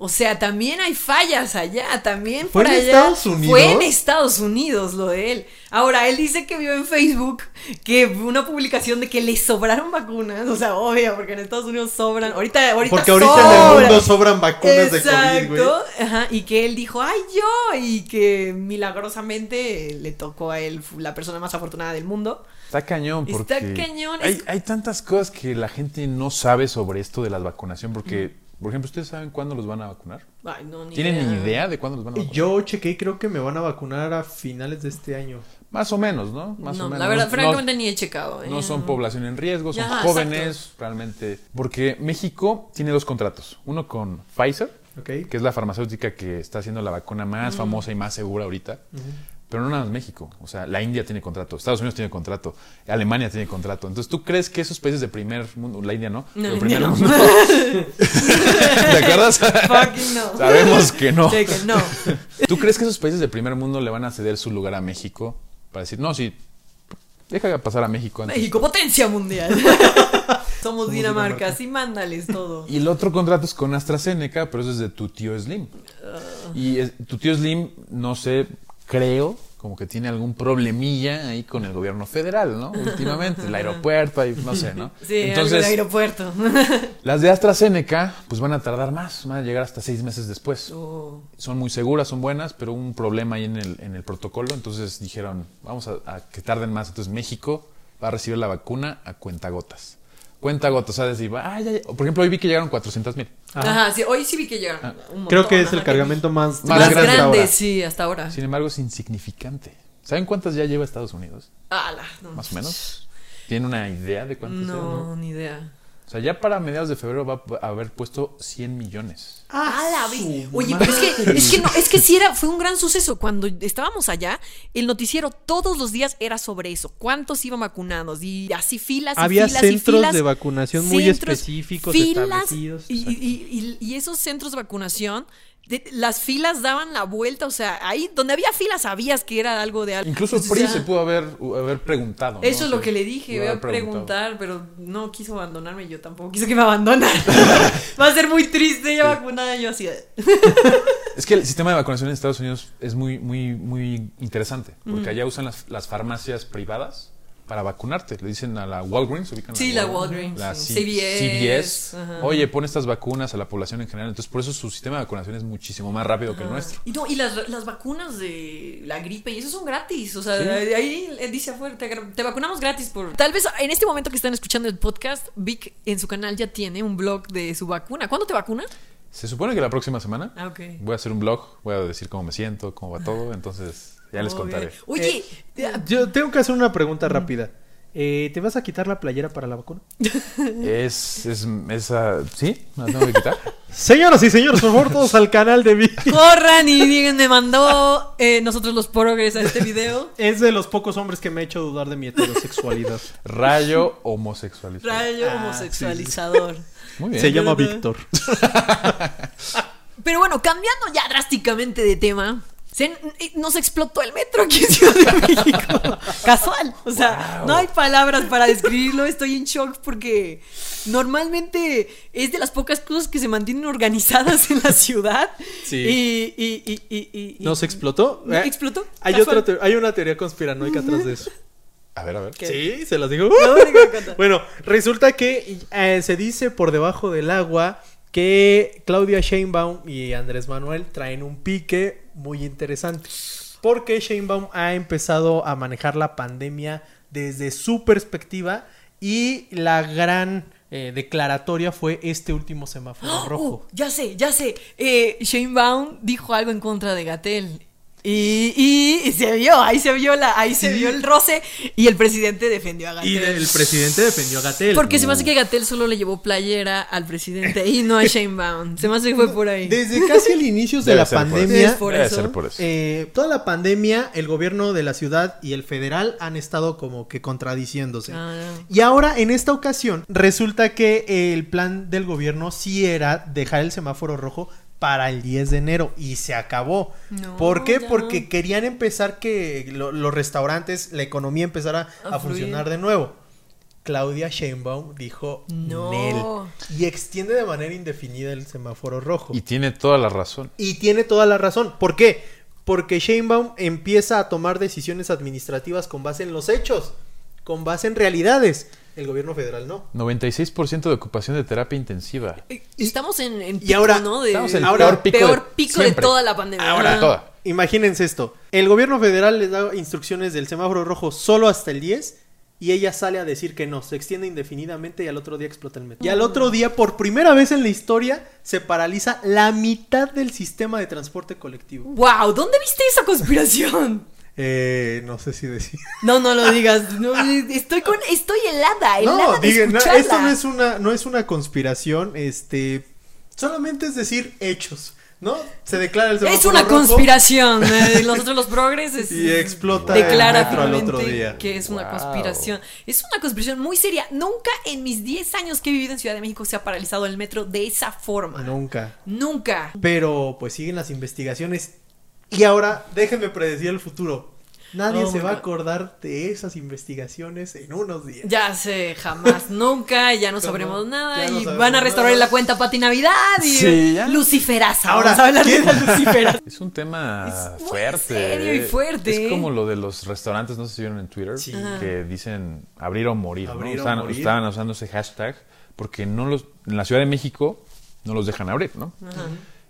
O sea, también hay fallas allá, también
¿Fue
por
en
allá.
Estados Unidos?
Fue en Estados Unidos lo de él. Ahora, él dice que vio en Facebook que una publicación de que le sobraron vacunas. O sea, obvio, porque en Estados Unidos sobran. Ahorita, ahorita
Porque ahorita en el
sobran.
mundo sobran vacunas de COVID, güey.
Exacto, ajá, y que él dijo, ay, yo, y que milagrosamente le tocó a él la persona más afortunada del mundo.
Está cañón porque
Está cañón,
Hay,
es-
hay tantas cosas que la gente no sabe sobre esto de la vacunación porque, por ejemplo, ¿ustedes saben cuándo los van a vacunar?
Ay, no, ni
¿Tienen idea de cuándo los van a
Y
vacunar?
Yo chequé y creo que me van a vacunar a finales de este año.
Más o menos, ¿no? Más
no,
o menos.
la verdad,
No-
francamente ni he checado. ¿eh?
No son población en riesgo, son
Ajá,
jóvenes, realmente. Porque México tiene dos contratos. Uno con Pfizer,
¿Ok?
que es la farmacéutica que está haciendo la vacuna
Mm.
más famosa y más segura ahorita. Pero no nada más México. O sea, la India tiene contrato, Estados Unidos tiene contrato, Alemania tiene contrato. Entonces, ¿tú crees que esos países de primer mundo, la India no?
No,
Pero
la
primer
India no.
mundo. ¿Te acuerdas?
Fucking no.
Sabemos que no.
Sí, que no.
¿Tú crees que esos países de primer mundo le van a ceder su lugar a México para decir, no, sí, deja pasar a México antes?
México, potencia mundial. Somos Dinamarca, sí, mándales todo.
Y el otro contrato es con AstraZeneca, pero eso es de tu tío Slim. Y es- tu tío Slim, no sé, creo, como que tiene algún problemilla ahí con el gobierno federal, ¿no? Últimamente, el aeropuerto, ahí, no sé, ¿no?
Sí,
Entonces,
el aeropuerto.
las de AstraZeneca, pues van a tardar más, van a llegar hasta seis meses después.
Oh.
Son muy seguras, son buenas, pero hubo un problema ahí en el, en el protocolo, entonces dijeron, vamos a, a que tarden más. Entonces México va a recibir la vacuna a cuentagotas. Cuentagotas, o sea, decir, ah, ya, ya. Por ejemplo, hoy vi que llegaron 400 mil.
Ajá, sí, hoy sí vi que llegaron. un
Creo que
montón,
es el
ajá,
cargamento más,
Más
más
grande
grande,
hasta ahora.
sí, hasta ahora.
Sin embargo, es insignificante. ¿Saben cuántas ya lleva Estados Unidos?
Ala, no.
Más o menos. ¿Tienen una idea de cuántas ya,
No, ni idea.
O sea, ya para mediados de febrero va a haber puesto 100 millones.
Ah, la vi.
su
Oye, pero es que, es que no, es que sí era, fue un gran suceso. Cuando estábamos allá, el noticiero todos los días era sobre eso. ¿Cuántos iban vacunados? Y así filas y
Había
filas y
centros
filas,
de vacunación muy
centros,
específicos, establecidos.
Y, y- y- y esos centros de vacunación, de- las filas daban la vuelta. O sea, ahí donde había filas sabías que era algo de algo.
Incluso
Entonces,
PRI
ya.
se pudo haber, haber preguntado. ¿no?
pues, Eso
O
es
sea,
lo que le dije,
pudo
voy a
haber
preguntar,
preguntado.
pero no quiso abandonarme, yo tampoco quiso que me abandonara. Va a ser muy triste ella vacunada y yo así. de-
Es que el sistema de vacunación en Estados Unidos es muy, muy, muy interesante. Porque
Mm.
allá usan las, las farmacias privadas para vacunarte. Le dicen a la Walgreens, ubican
Sí, la Walgreens,
la
sí.
C-
CVS,
CVS.
ajá.
Oye, pon estas vacunas a la población en general. Entonces, por eso su sistema de vacunación es muchísimo más rápido que el nuestro.
Ah. Y no, y las, las vacunas de la gripe y eso son gratis. O sea,
Sí.
ahí eh, dice afuera, te, gra- te vacunamos gratis por. Tal vez en este momento que están escuchando el podcast, Vic en su canal ya tiene un blog de su vacuna. ¿Cuándo te vacuna?
Se supone que la próxima semana
Ah, ok.
voy a hacer un blog, voy a decir cómo me siento, cómo va todo, entonces ya les
Ok.
Eh,
Eh,
contaré.
Oye,
Yo tengo que hacer una pregunta rápida.
Eh, ¿Te vas a quitar la playera para la vacuna?
Es, es, es, ah, ¿sí? ¿Me la tengo que quitar?
Señoras y señores, por favor, todos al canal de Vi.
Corran y digan, me mandó eh, nosotros los progres a este video.
Es de los pocos hombres que me ha hecho dudar de mi heterosexualidad.
Rayo homosexualizado.
Rayo homosexualizador.
Muy bien.
Se llama Víctor.
Pero bueno, cambiando ya drásticamente de tema. se- eh, nos explotó el metro aquí en Ciudad de México. Casual. O sea, no hay palabras para describirlo. Estoy en shock porque normalmente es de las pocas cosas que se mantienen organizadas en la ciudad.
Sí.
Y, y- y- y- y- y-
¿Nos explotó?
¿No
Eh,
explotó?
Hay,
Casual.
otra teo- hay una teoría conspiranoica atrás de eso.
A ver, a ver.
¿Qué?
Sí, se las digo.
ahora que me encanta.
bueno, resulta que eh, se dice por debajo del agua que Claudia Sheinbaum y Andrés Manuel traen un pique muy interesante. Porque Sheinbaum ha empezado a manejar la pandemia desde su perspectiva y la gran eh, declaratoria fue este último semáforo rojo.
Oh, ya sé, ya sé. Eh, Shane Baum dijo algo en contra de Gatel. Y, y- y se vio, ahí se vio la, ahí se
Sí.
vio el roce y el presidente defendió a
Y
Gatel.
el presidente defendió a Gatel.
Porque se me hace que Gatel solo le llevó playera al presidente y no a Shane Baum. Se me hace que fue por ahí.
Desde casi el inicio de
Debe
la
ser por eso.
pandemia,
por
Debe
eso.
ser por eso.
Eh, toda la pandemia, el gobierno de la ciudad y el federal han estado como que contradiciéndose.
Ah,
Y ahora, en esta ocasión, resulta que el plan del gobierno sí era dejar el semáforo rojo para el 10 de enero y se acabó.
No,
¿Por qué?
ya
Porque
no.
querían empezar que lo- los restaurantes, la economía empezara
A
a,
fluir.
funcionar de nuevo. Claudia Sheinbaum dijo
No.
"Nel", y extiende de manera indefinida el semáforo rojo.
Y tiene toda la razón.
Y tiene toda la razón. ¿Por qué? Porque Sheinbaum empieza a tomar decisiones administrativas con base en los hechos, con base en realidades. El gobierno federal no.
96% de ocupación de terapia intensiva.
eh, Estamos en, en
Y ahora-
¿no? De-
Estamos en el
ahora-
peor pico,
peor
de,
pico de
siempre.
toda la pandemia. Ah.
Ahora
Ajá.
toda.
Imagínense esto. El gobierno federal les da instrucciones del semáforo rojo solo hasta el 10 y ella sale a decir que no, se extiende indefinidamente y al otro día explota el metro. Y al otro día, por primera vez en la historia, se paraliza la mitad del sistema de transporte colectivo.
Wow, ¿dónde viste esa conspiración?
Eh, no sé si decir.
No, no lo digas. No, estoy con, estoy helada, helada
No,
de
digan, no,
escucharla.
esto no es una, no es una conspiración, este, solamente es decir hechos, ¿no? Se declara el
Es
semáforo
una
rojo
conspiración. eh, nosotros los progres es-
y explota el metro al otro
declarativamente
día.
que es una
Wow.
conspiración. Es una conspiración muy seria. Nunca en mis 10 años que he vivido en Ciudad de México se ha paralizado el metro de esa forma.
Nunca.
Nunca.
Pero pues siguen las investigaciones y ahora déjenme predecir el futuro. Nadie
Oh
se
my
va a
God.
acordar de esas investigaciones en unos días.
Ya sé, jamás, nunca, ya no
Jamás,
sabremos nada
ya no
y
sabremos
van a restaurar
nada.
la cuenta Pati Navidad y
Sí, ya.
Luciferaza.
Ahora,
vamos a hablar de
¿quién?
la Luciferaza.
Es un tema
Es muy
fuerte.
serio y fuerte.
Es como lo de los restaurantes, no sé si vieron en Twitter,
Sí.
que dicen abrir o morir. ¿no?
Abrir o
Estaban-
morir.
Estaban usando ese hashtag porque no los, en la Ciudad de México no los dejan abrir, ¿no?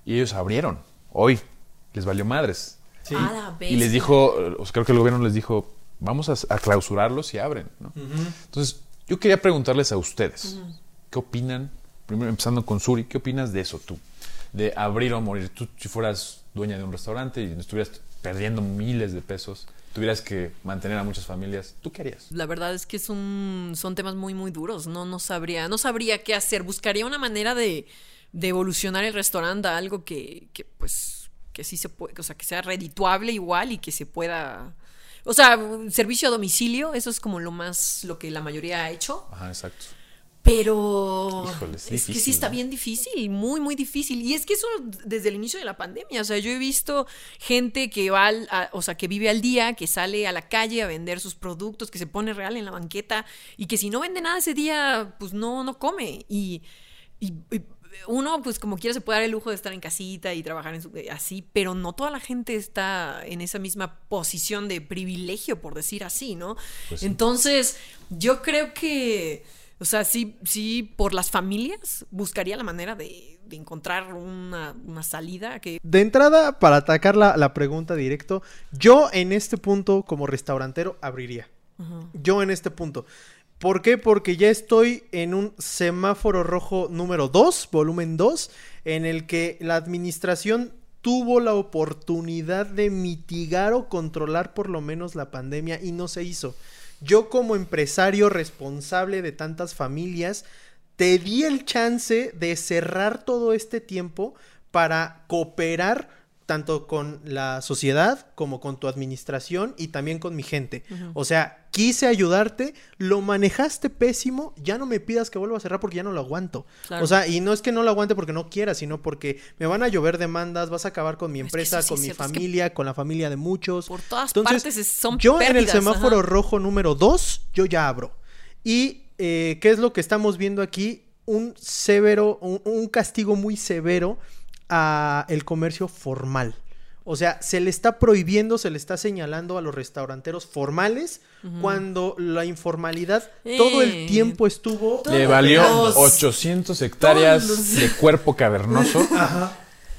Y ellos abrieron hoy. Les valió madres.
Sí.
A la
Y les
bestia.
dijo, eh, os- creo que el gobierno les dijo, vamos a, a clausurarlos y abren. ¿no? Entonces, yo quería preguntarles a ustedes, ¿qué opinan? Primero, empezando con Suri, ¿qué opinas de eso tú? De abrir o morir. Tú, si fueras dueña de un restaurante y estuvieras perdiendo miles de pesos, tuvieras que mantener a muchas familias, ¿tú qué harías?
La verdad es que es un- son temas muy, muy duros. No, no sabría, no sabría qué hacer. Buscaría una manera de, de evolucionar el restaurante a algo que, que, pues, que sí se puede, o sea, que sea redituable igual y que se pueda. O sea, servicio a domicilio, eso es como lo más, lo que la mayoría ha hecho.
Ajá, exacto.
Pero
Híjole, es
es que sí
difícil,
está
¿no?
bien difícil, muy, muy difícil. Y es que eso desde el inicio de la pandemia, o sea, yo he visto gente que va, al- a- o sea, que vive al día, que sale a la calle a vender sus productos, que se pone real en la banqueta y que si no vende nada ese día, pues no, no come. Y, y- y uno, pues como quiera, se puede dar el lujo de estar en casita y trabajar en su- eh, así, pero no toda la gente está en esa misma posición de privilegio, por decir así, ¿no?
Pues sí.
Entonces, yo creo que, o sea, sí, sí, por las familias buscaría la manera de, de encontrar una, una salida que...
De entrada, para atacar la, la pregunta directo, yo en este punto como restaurantero abriría. Yo en este punto. ¿Por qué? Porque ya estoy en un semáforo rojo número 2, volumen 2, en el que la administración tuvo la oportunidad de mitigar o controlar por lo menos la pandemia y no se hizo. Yo como empresario responsable de tantas familias, te di el chance de cerrar todo este tiempo para cooperar tanto con la sociedad como con tu administración y también con mi gente. O sea, quise ayudarte, lo manejaste pésimo, ya no me pidas que vuelva a cerrar porque ya no lo aguanto.
Claro.
O sea, y no es que no lo aguante porque no quiera, sino porque me van a llover demandas, vas a acabar con mi
Es que eso
empresa,
sí
con
es
mi
cierto, es que
familia, con la familia de muchos.
Por todas partes es- son
Yo en el
pérdidas,
semáforo
ajá.
rojo número 2, yo ya abro. ¿Y eh, qué es lo que estamos viendo aquí? Un severo, un, un castigo muy severo a el comercio formal. O sea, se le está prohibiendo, se le está señalando a los restauranteros formales cuando la informalidad todo el
Eh.
tiempo estuvo...
Todo-
Le
Todos
valió
los-
800 hectáreas
todos los-
de cuerpo cavernoso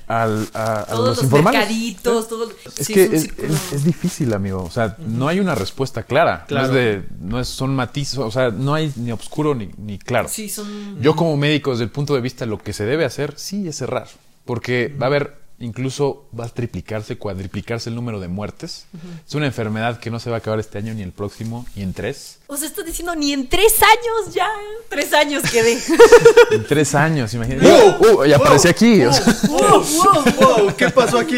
al, a, a
Todos los,
los informales. ¿eh?
mercaditos, todo.
Es
sí,
que
un
es,
círculo.
es- es difícil, amigo. O sea, no hay una respuesta clara.
Claro.
No es de, no es, son matices, o sea, no hay ni oscuro ni, ni claro.
Sí, son.
Yo como médico, desde el punto de vista, lo que se debe hacer, sí, es cerrar. Porque va a haber, incluso va a triplicarse, cuadriplicarse el número de muertes. Es una enfermedad que no se va a acabar este año, ni el próximo, ni en tres.
O sea, estás diciendo ni en tres años ya. Tres años quedé.
En tres años, imagínate. ¡Uh! ¡Uh! Y aparecí aquí. O sea,
wow, wow, wow.
Oh, ¿Qué pasó aquí?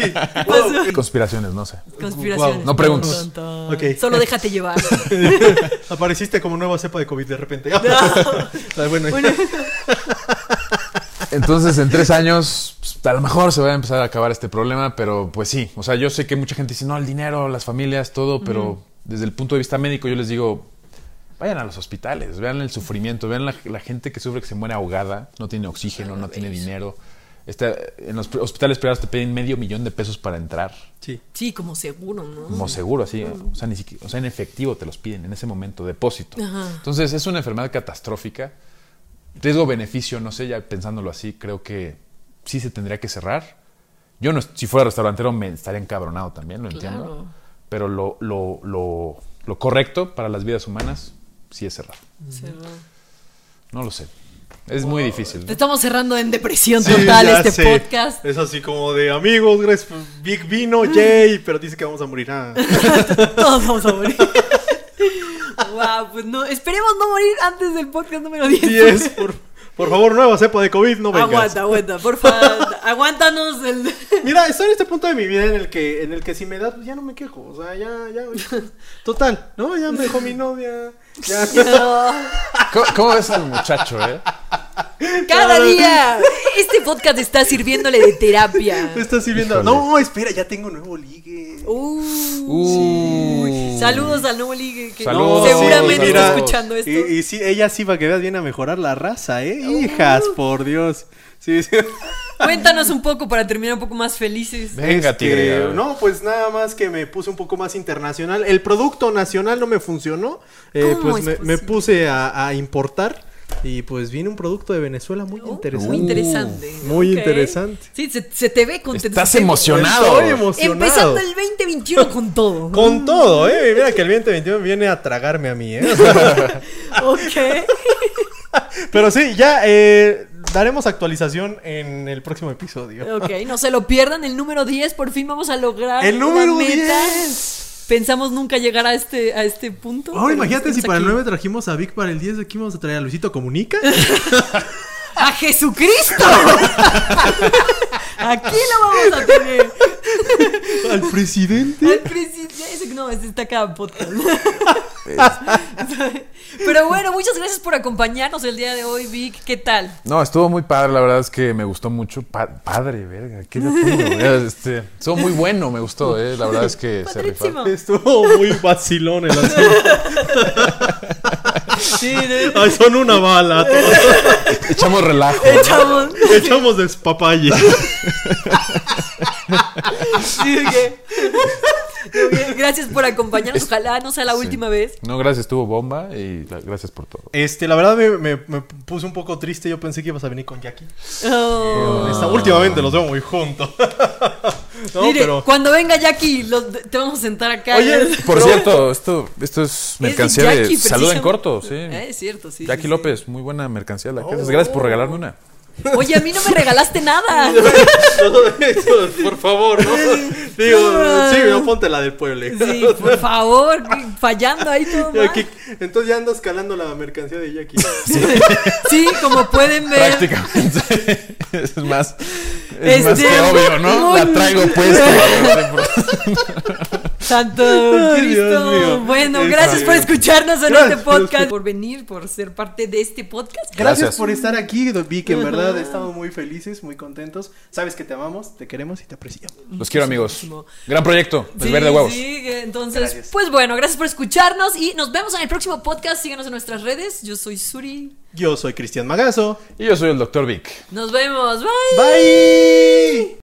conspiraciones, no sé.
Conspiraciones.
Wow, no preguntes.
Tan, tan, tan.
Ok.
Solo déjate llevar.
Apareciste como nueva cepa de COVID de repente. Ah, bueno,
Bueno,
Entonces, en tres años, pues, a lo mejor se va a empezar a acabar este problema, pero pues sí. O sea, yo sé que mucha gente dice, no, el dinero, las familias, todo, pero desde el punto de vista médico yo les digo, vayan a los hospitales, vean el sufrimiento, vean la, la gente que sufre, que se muere ahogada, no tiene oxígeno, no tiene dinero. Está- en los hospitales privados te piden medio millón de pesos para entrar,
sí.
sí, como seguro, ¿no?
como seguro, así. O sea, ni siquiera, o sea, en efectivo te los piden, en ese momento, depósito. Entonces, es una enfermedad catastrófica. Riesgo-beneficio, no sé, ya pensándolo así, creo que sí se tendría que cerrar. Yo, no, si fuera restaurantero, me estaría encabronado también, lo entiendo.
Claro.
Pero lo, lo, lo, lo correcto para las vidas humanas sí es cerrar.
Cerrado.
No lo sé. Es muy difícil. ¿no?
Estamos cerrando en depresión
Sí,
total
ya
este
sé.
podcast.
Es así como de amigos, gracias, Big Vino, Jay, pero dice que vamos a morir. Ah.
Todos vamos a morir. wow, pues no, esperemos no morir antes del podcast número 10.
10, por, por favor, nueva cepa de COVID, no vengas.
aguanta, aguanta, porfa, aguántanos el...
Mira, estoy en este punto de mi vida en el que, en el que si me da, pues ya no me quejo. O sea, ya, ya. Total, ¿no? Ya me dejó mi novia. Ya.
¿Cómo, cómo ves al muchacho, eh?
Cada día. Este podcast está sirviéndole de terapia.
Me está sirviendo.
Híjole.
No, espera, ya tengo nuevo ligue.
Uh,
Uy.
Saludos al nuevo ligue que
Saludos,
Oh, seguramente
saludos.
está escuchando esto. Oh.
Y, y sí, ella sí va que veas bien a mejorar la raza, ¿eh? Hijas, por Dios. Sí, sí.
Cuéntanos un poco para terminar un poco más felices.
Venga,
Este,
tigre. a ver.
No, pues nada más que me puse un poco más internacional. El producto nacional no me funcionó. eh,
¿Cómo
pues
es
me, me
posible?
puse a, a importar. Y pues viene un producto de Venezuela muy
Oh,
interesante. Uh,
Muy interesante.
Muy
Ok.
interesante.
Sí, se, se te ve contento.
Estás
se te-
emocionado.
Estoy emocionado.
Empezando el 2021 con todo.
Con todo, ¿eh? Mira que el 2021 viene a tragarme a mí, ¿eh?
Ok.
Pero sí, ya eh, daremos actualización en el próximo episodio.
Ok, no se lo pierdan. El número 10, por fin vamos a lograr.
El número
la meta.
10.
Pensamos nunca llegar a este, a este punto.
Ahora
pero
imagínate si
estamos
para el
aquí.
9 trajimos a Vic, para el 10 aquí vamos a traer a Luisito Comunica.
¡A Jesucristo! Aquí lo vamos a tener.
al presidente.
Al principio- ese- No, ese está cada podcast. Pero bueno, muchas gracias por acompañarnos el día de hoy, Vic. ¿Qué tal?
No, estuvo muy padre, la verdad es que me gustó mucho. Pa- padre, verga, qué locura, güey. Este, estuvo muy bueno, me gustó, eh. La verdad es que se rifaron.
Padrísimo.
Estuvo muy vacilón el asunto.
Sí, de-
Ay, son una bala.
Echamos relajo.
Chavos.
Echamos despapalle.
Sí, ok. Muy bien, Gracias por acompañarnos. Ojalá no sea la
Sí.
última vez.
No, gracias, estuvo bomba y la- gracias por todo.
Este, la verdad me, me- me puse un poco triste. Yo pensé que ibas a venir con Jackie.
Oh.
Honesta, últimamente los veo muy juntos. no,
Mire,
pero.
cuando venga Jackie, los- te vamos a sentar acá.
Oye,
Por
Pero-
cierto, esto, esto es mercancía
Jackie,
de salud
precisamente.
en corto, sí.
Eh, es cierto, sí. Oh.
Jackie
sí, sí.
López, muy buena mercancía. La que haces. Gracias por regalarme una.
Oye, a mí no me regalaste nada.
Todo eso, por favor, ¿no? Digo, sí, no, ponte la del pueblo.
Sí, por favor, que- fallando ahí todo. mal.
Aquí- entonces ya andas calando la mercancía de Jackie.
Sí, como pueden ver.
Prácticamente. Es más, es más
Este,
que obvio, ¿no?
muy-
La traigo puesta.
Santo
Ay,
Cristo.
Dios mío.
Bueno,
Está
gracias por
bien.
escucharnos en
Gracias.
este podcast, por venir, por ser parte de este podcast.
Gracias,
Gracias.
por estar aquí, Vic. En verdad estamos muy felices, muy contentos. Sabes que te amamos, te queremos y te apreciamos.
Los quiero, amigos.
Muchísimo.
Gran proyecto. El pues, verde
sí,
huevos.
sí, que entonces,
Gracias.
pues bueno, gracias por escucharnos y nos vemos en el próximo podcast. Síganos en nuestras redes. Yo soy Suri.
Yo soy Cristian Magazo.
Y yo soy el Dr. Vic.
Nos vemos. Bye.
Bye.